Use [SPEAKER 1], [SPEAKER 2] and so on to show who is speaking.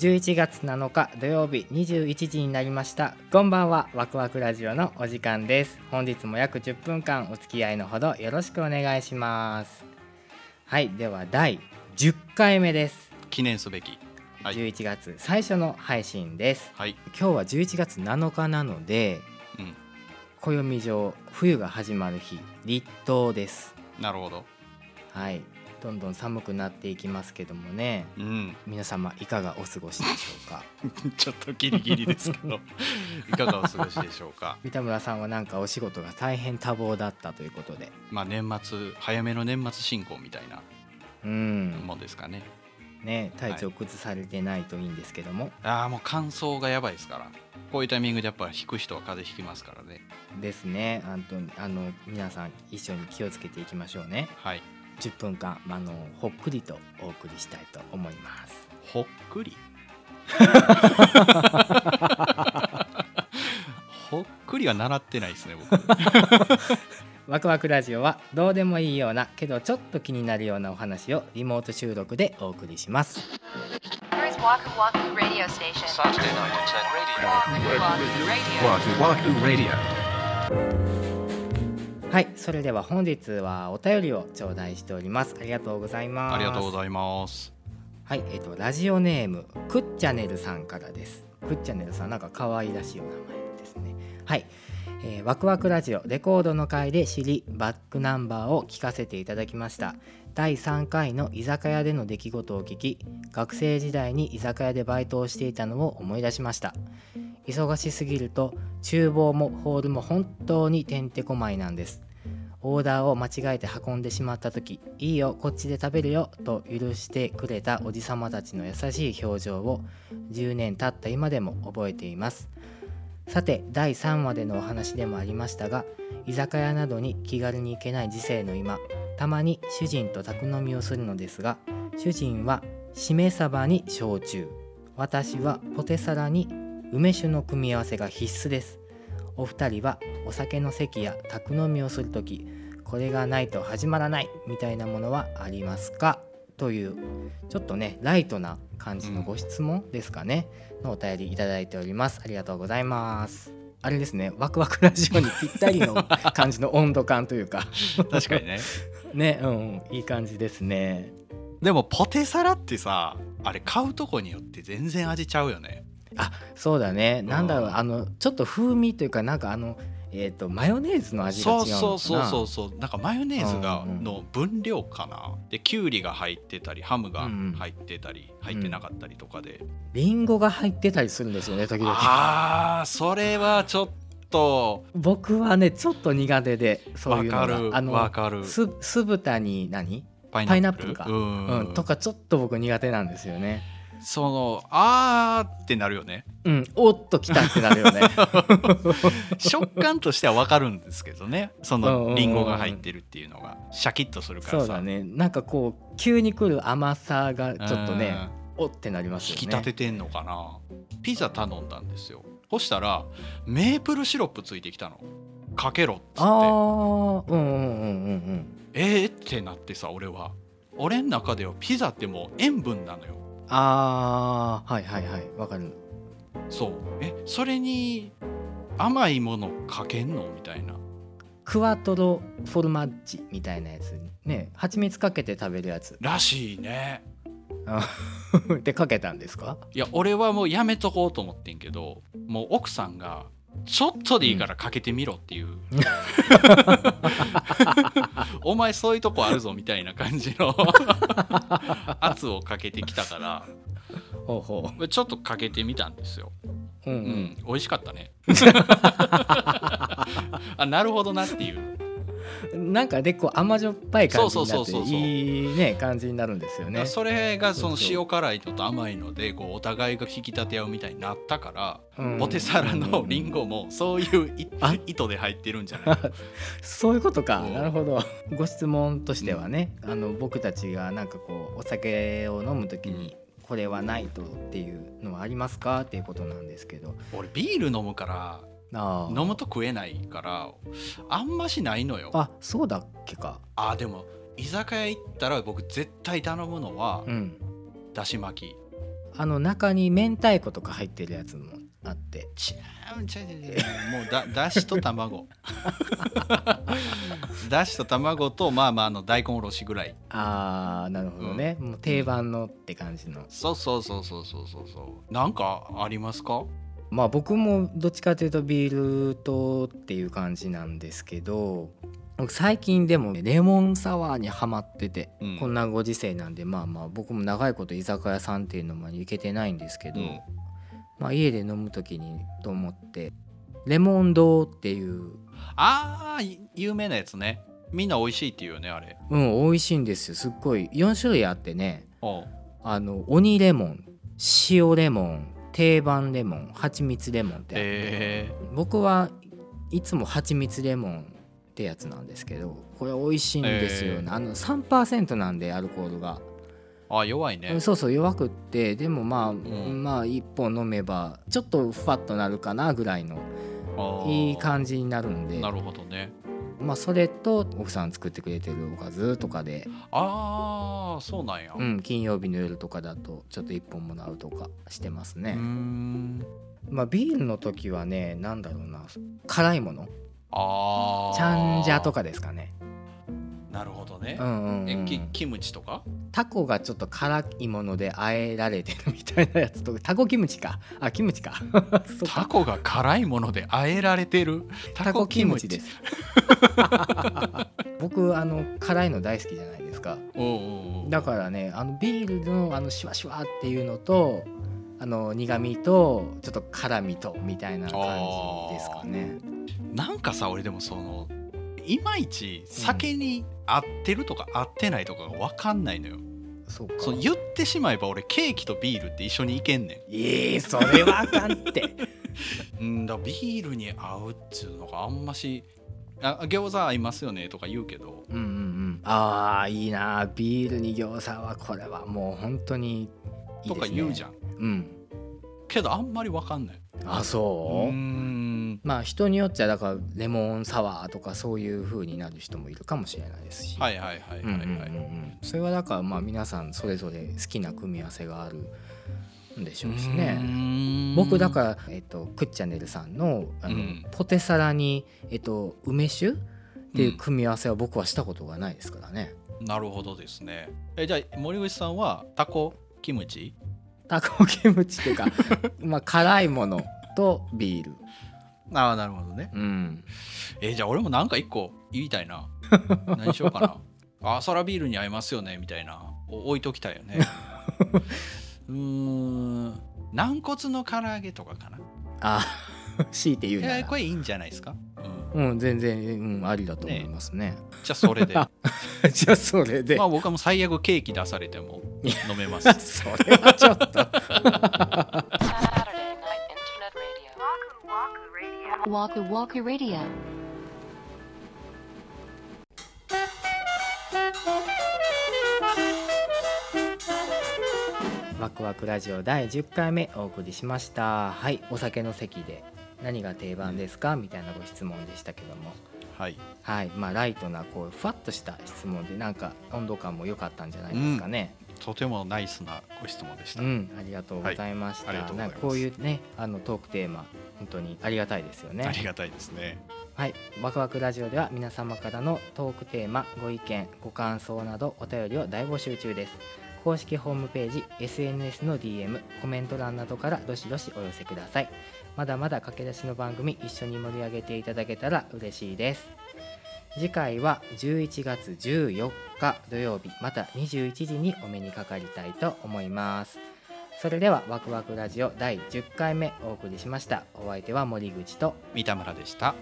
[SPEAKER 1] 11月7日土曜日21時になりましたこんばんはワクワクラジオのお時間です本日も約10分間お付き合いのほどよろしくお願いしますはいでは第10回目です
[SPEAKER 2] 記念すべきはい
[SPEAKER 1] 11月最初の配信です
[SPEAKER 2] はい、
[SPEAKER 1] 今日は11月7日なので
[SPEAKER 2] うん、
[SPEAKER 1] 暦上冬が始まる日立冬です
[SPEAKER 2] なるほど
[SPEAKER 1] はいどんどん寒くなっていきますけどもね
[SPEAKER 2] うん
[SPEAKER 1] 皆様いかがお過ごしでしょうか
[SPEAKER 2] ちょっとギリギリですけど いかがお過ごしでしょうか
[SPEAKER 1] 三田村さんはなんかお仕事が大変多忙だったということで
[SPEAKER 2] まあ年末早めの年末進行みたいな
[SPEAKER 1] うん
[SPEAKER 2] もんですかね
[SPEAKER 1] ね体調崩されてないといいんですけども、
[SPEAKER 2] ああもう乾燥がやばいですからこういうタイミングでやっぱ引く人は風邪ひきますからね
[SPEAKER 1] ですねあとあの皆さん一緒に気をつけていきましょうね
[SPEAKER 2] はい
[SPEAKER 1] 10分間あのほっくりとお送りしたいと思います
[SPEAKER 2] ほっくり ほっくりは習ってないですね 僕
[SPEAKER 1] ワクワクラジオはどうでもいいようなけどちょっと気になるようなお話をリモート収録でお送りします
[SPEAKER 3] Here is Waku Waku Radio Station.
[SPEAKER 4] Saturday night at
[SPEAKER 3] Waku Waku Radio.
[SPEAKER 4] 10 radio. Waku Waku Radio.
[SPEAKER 1] はいそれでは本日はお便りを頂戴しておりますありがとうございます
[SPEAKER 2] ありがとうご
[SPEAKER 1] いま
[SPEAKER 2] ざいます
[SPEAKER 1] すはいえっ、とラジオネームクッチャネルさんからですクッチャネルさんなんか可愛らしいお名前ですねはい、えーワクワクラジオレコードの会で知りバックナンバーを聞かせていただきました第3回の居酒屋での出来事を聞き学生時代に居酒屋でバイトをしていたのを思い出しました忙しすぎると厨房もホールも本当にてんてこまいなんですオーダーを間違えて運んでしまった時「いいよこっちで食べるよ」と許してくれたおじさまたちの優しい表情を10年経った今でも覚えていますさて第3話でのお話でもありましたが居酒屋などに気軽に行けない時世の今たまに主人と宅飲みをするのですが主人はしめ鯖に焼酎私はポテサラに梅酒の組み合わせが必須ですお二人はお酒の席や宅飲みをする時これがないと始まらないみたいなものはありますかというちょっとねライトな感じのご質問ですかね、のお便りいただいておりますありがとうございますあれですねワクワクラジオにぴったり の感じの温度感というか
[SPEAKER 2] 確かにね
[SPEAKER 1] ねうんいい感じですね
[SPEAKER 2] でもポテサラってさあれ買うとこによって全然味ちゃうよね
[SPEAKER 1] あそうだねなんだろう
[SPEAKER 2] うん
[SPEAKER 1] あのちょっと風味というかなんかあのえっ、とマヨネーズの味が違うの
[SPEAKER 2] そう
[SPEAKER 1] かな
[SPEAKER 2] そうそうそうそうなんかマヨネーズが
[SPEAKER 1] うんうん
[SPEAKER 2] の分量かなできゅうりが入ってたりハムが
[SPEAKER 1] うんうん
[SPEAKER 2] 入ってたり入ってなかったりとかで、
[SPEAKER 1] リンゴが入ってたりするんですよね時々
[SPEAKER 2] あーそれはちょっと
[SPEAKER 1] 僕はねちょっと苦手でそう
[SPEAKER 2] わ
[SPEAKER 1] いうのが
[SPEAKER 2] かる
[SPEAKER 1] あ
[SPEAKER 2] わ
[SPEAKER 1] の
[SPEAKER 2] かる
[SPEAKER 1] す酢豚に何、
[SPEAKER 2] パ
[SPEAKER 1] イナップルか
[SPEAKER 2] うん
[SPEAKER 1] うん、とかちょっと僕苦手なんですよね
[SPEAKER 2] そのあーってなるよね
[SPEAKER 1] うんおっときたってなるよ ね
[SPEAKER 2] 食感としてはわかるんですけどねそ
[SPEAKER 1] うんうんう
[SPEAKER 2] の
[SPEAKER 1] ん
[SPEAKER 2] リンゴが入ってるっていうのがシャキッとするからさ
[SPEAKER 1] そうだねなんかこう急に来る甘さがちょっと
[SPEAKER 2] う
[SPEAKER 1] ね
[SPEAKER 2] ん
[SPEAKER 1] おってなりますよ
[SPEAKER 2] 引
[SPEAKER 1] ね
[SPEAKER 2] き立ててんのかなピザ頼んだんですよそしたらメープルシロップついてきたのかけろっつ
[SPEAKER 1] あ
[SPEAKER 2] っ
[SPEAKER 1] あうんう
[SPEAKER 2] て
[SPEAKER 1] んうんうん
[SPEAKER 2] えー、ってなってさ俺は俺の中ではピザってもう塩分なのよ
[SPEAKER 1] うんああはいはいはいわかる
[SPEAKER 2] そうえそれに甘いものかけんのみたいな
[SPEAKER 1] クワトロフォルマッジみたいなやつね蜂蜜かけて食べるや つ
[SPEAKER 2] らしいね
[SPEAKER 1] でかけたんですか
[SPEAKER 2] いや俺はもうやめとこうと思ってんけどもう奥さんがちょっとでいいからかけてみろって いう、お前そういうとこあるぞみたいな感じの 圧をかけてきたか
[SPEAKER 1] ほうほ
[SPEAKER 2] らちょっとかけてみたんですよ、
[SPEAKER 1] ううんう
[SPEAKER 2] うん
[SPEAKER 1] ん、
[SPEAKER 2] 美味しかっ たねあなるほどなっていう
[SPEAKER 1] なんかでこう甘じょっぱい感じにな
[SPEAKER 2] そう
[SPEAKER 1] って
[SPEAKER 2] そうそうそうそう
[SPEAKER 1] いいね感じになるんですよね
[SPEAKER 2] それがその
[SPEAKER 1] そうそう
[SPEAKER 2] 塩辛いのと甘いのでこうお互いが引き立て合うみたいになったから、
[SPEAKER 1] うん
[SPEAKER 2] ポテサラのリンゴもそういうい
[SPEAKER 1] あ
[SPEAKER 2] 意図で入ってるんじゃない
[SPEAKER 1] そういうことか
[SPEAKER 2] うん
[SPEAKER 1] なるほどご質問としてはね、あの僕たちがなんかこうお酒を飲む時にこれはないとっていうのはありますかっていうことなんですけど
[SPEAKER 2] 俺ビール飲むから
[SPEAKER 1] あー
[SPEAKER 2] 飲むと食えないからあんましないのよあ
[SPEAKER 1] あそうだっけか
[SPEAKER 2] あでも居酒屋行ったら僕絶対頼むのは
[SPEAKER 1] うん
[SPEAKER 2] だし巻き
[SPEAKER 1] あの中に明太子とか入ってるやつもあって
[SPEAKER 2] ちゃうちゃうちゃうちゃうもうだだし と卵だしと卵とまあまああの大根おろしぐらい
[SPEAKER 1] あーなるほどね、もう定番のって感じの
[SPEAKER 2] そうそうそうそうそうそうそうなんかありますか
[SPEAKER 1] まあ僕もどっちかというとビールとっていう感じなんですけど僕最近でもレモンサワーにはまってて、
[SPEAKER 2] うん
[SPEAKER 1] こんなご時世なんでまあまあ僕も長いこと居酒屋さんっていうのも行けてないんですけど、
[SPEAKER 2] うん
[SPEAKER 1] まあ、家で飲む時にと思ってレモン堂っていう
[SPEAKER 2] あーい有名なやつねみんな美味しいっていうよねあれ
[SPEAKER 1] うん美味しいんですよすっごい4種類あってね
[SPEAKER 2] おう
[SPEAKER 1] あの鬼レモン塩レモン定番レモン蜂蜜レモンってあって、
[SPEAKER 2] え
[SPEAKER 1] 僕はいつも蜂蜜レモンってやつなんですけどこれ美味しいんですよね、
[SPEAKER 2] え
[SPEAKER 1] あの3%なんでアルコールが、
[SPEAKER 2] ー、あ弱いね
[SPEAKER 1] そうそう弱くってでもまあ、まあ1本飲めばちょっとふわっとなるかなぐらいの
[SPEAKER 2] あー
[SPEAKER 1] いい感じになるんで
[SPEAKER 2] なるほどね
[SPEAKER 1] まあ、それと奥さん作ってくれてるおかずとかで、
[SPEAKER 2] ああそうなんや
[SPEAKER 1] うん、金曜日の夜とかだとちょっと1本もらうとかしてます
[SPEAKER 2] う
[SPEAKER 1] ね
[SPEAKER 2] ー、ん
[SPEAKER 1] まあビールの時はねなんだろうな辛いもの
[SPEAKER 2] ああ
[SPEAKER 1] チャンジャとかですかね
[SPEAKER 2] なるほどね
[SPEAKER 1] う、んうん、う
[SPEAKER 2] え
[SPEAKER 1] ん、
[SPEAKER 2] きキムチとか
[SPEAKER 1] タコがちょっと辛いもので和えられてるみたいなやつとかタコキムチかあキムチか そう
[SPEAKER 2] タ
[SPEAKER 1] か
[SPEAKER 2] コが辛いもので和えられてる
[SPEAKER 1] タコキムチです 僕あの辛いの大好きじゃないですか
[SPEAKER 2] おうおうおう
[SPEAKER 1] だからねあのビールのあのシュワシュワっていうのとあの苦味とちょっと辛みとみたいな感じですかね
[SPEAKER 2] なんかさ俺でもそのいまいち酒に合ってるとか合ってないとかが分かんないのよ、
[SPEAKER 1] そうか
[SPEAKER 2] その言ってしまえば俺ケーキとビールって一緒にいけんね
[SPEAKER 1] ええそれはあかんって
[SPEAKER 2] んうんだからビールに合うっつうのがあんましあ餃子合いますよねとか言うけど
[SPEAKER 1] うんうんうんああいいなビールに餃子はこれはもう本当にいいです、ね、
[SPEAKER 2] とか言うじゃん
[SPEAKER 1] うん
[SPEAKER 2] けどあんまり分かんない
[SPEAKER 1] あ
[SPEAKER 2] う
[SPEAKER 1] そう、
[SPEAKER 2] ーん
[SPEAKER 1] まあ人によっちゃだからレモンサワーとかそういう風になる人もいるかもしれないですし、
[SPEAKER 2] はいはいはいはい
[SPEAKER 1] うんうんう
[SPEAKER 2] はい、
[SPEAKER 1] んうんそれはだからまあ皆さんそれぞれ好きな組み合わせがあるんでしょうしね。僕だから、えっと、クッチャネルさんのあの、
[SPEAKER 2] うん
[SPEAKER 1] ポテサラに、えっと、梅酒っていう組み合わせは僕はしたことがないですからね。
[SPEAKER 2] らなるほどですねえじゃあ森口さんはタコキムチ
[SPEAKER 1] タコキムチって いうかまあ辛いものとビール。
[SPEAKER 2] ああなるほどね
[SPEAKER 1] うん、
[SPEAKER 2] えーじゃあ俺もなんか一個言いた いな何しようかなあーサラビールに合いますよねみたいなお置いときたいよ ねうーん軟骨の唐揚げとかかな
[SPEAKER 1] あ強いて言うなら、
[SPEAKER 2] えーこれいいんじゃないですか、うん、
[SPEAKER 1] うん、全然、うん、ありだと思いますね。
[SPEAKER 2] じゃあそれでま
[SPEAKER 1] じゃあそれ で
[SPEAKER 2] あ僕はもう最悪ケーキ出されても飲めます
[SPEAKER 1] それはちょっと
[SPEAKER 3] Saturday Night Internet Radio. Waku Waku Radio.
[SPEAKER 1] ワクワクラジオ第10回目お送りしましたはいお酒の席で何が定番ですかみたいなご質問でしたけども
[SPEAKER 2] はい
[SPEAKER 1] はいまあライトなこうふわっとした質問でなんか温度感も良かったんじゃないですかね、
[SPEAKER 2] とてもナイスなご質問でし
[SPEAKER 1] う
[SPEAKER 2] た、
[SPEAKER 1] んありがとうございました、
[SPEAKER 2] はいありがとうご
[SPEAKER 1] な
[SPEAKER 2] ざ
[SPEAKER 1] いん
[SPEAKER 2] ます
[SPEAKER 1] かこういうねあのトークテーマ本当にありがたいですよね
[SPEAKER 2] ありがたいですね
[SPEAKER 1] はい、ワクワクラジオでは皆様からのトークテーマ、ご意見、ご感想などお便りを大募集中です。公式ホームページ、SNS の DM、コメント欄などからどしどしお寄せください。まだまだ駆け出しの番組一緒に盛り上げていただけたら嬉しいです。次回は11月14日土曜日また21時にお目にかかりたいと思います。それではワクワクラジオ第10回目お送りしました。お相手は森口と
[SPEAKER 2] 三田村でした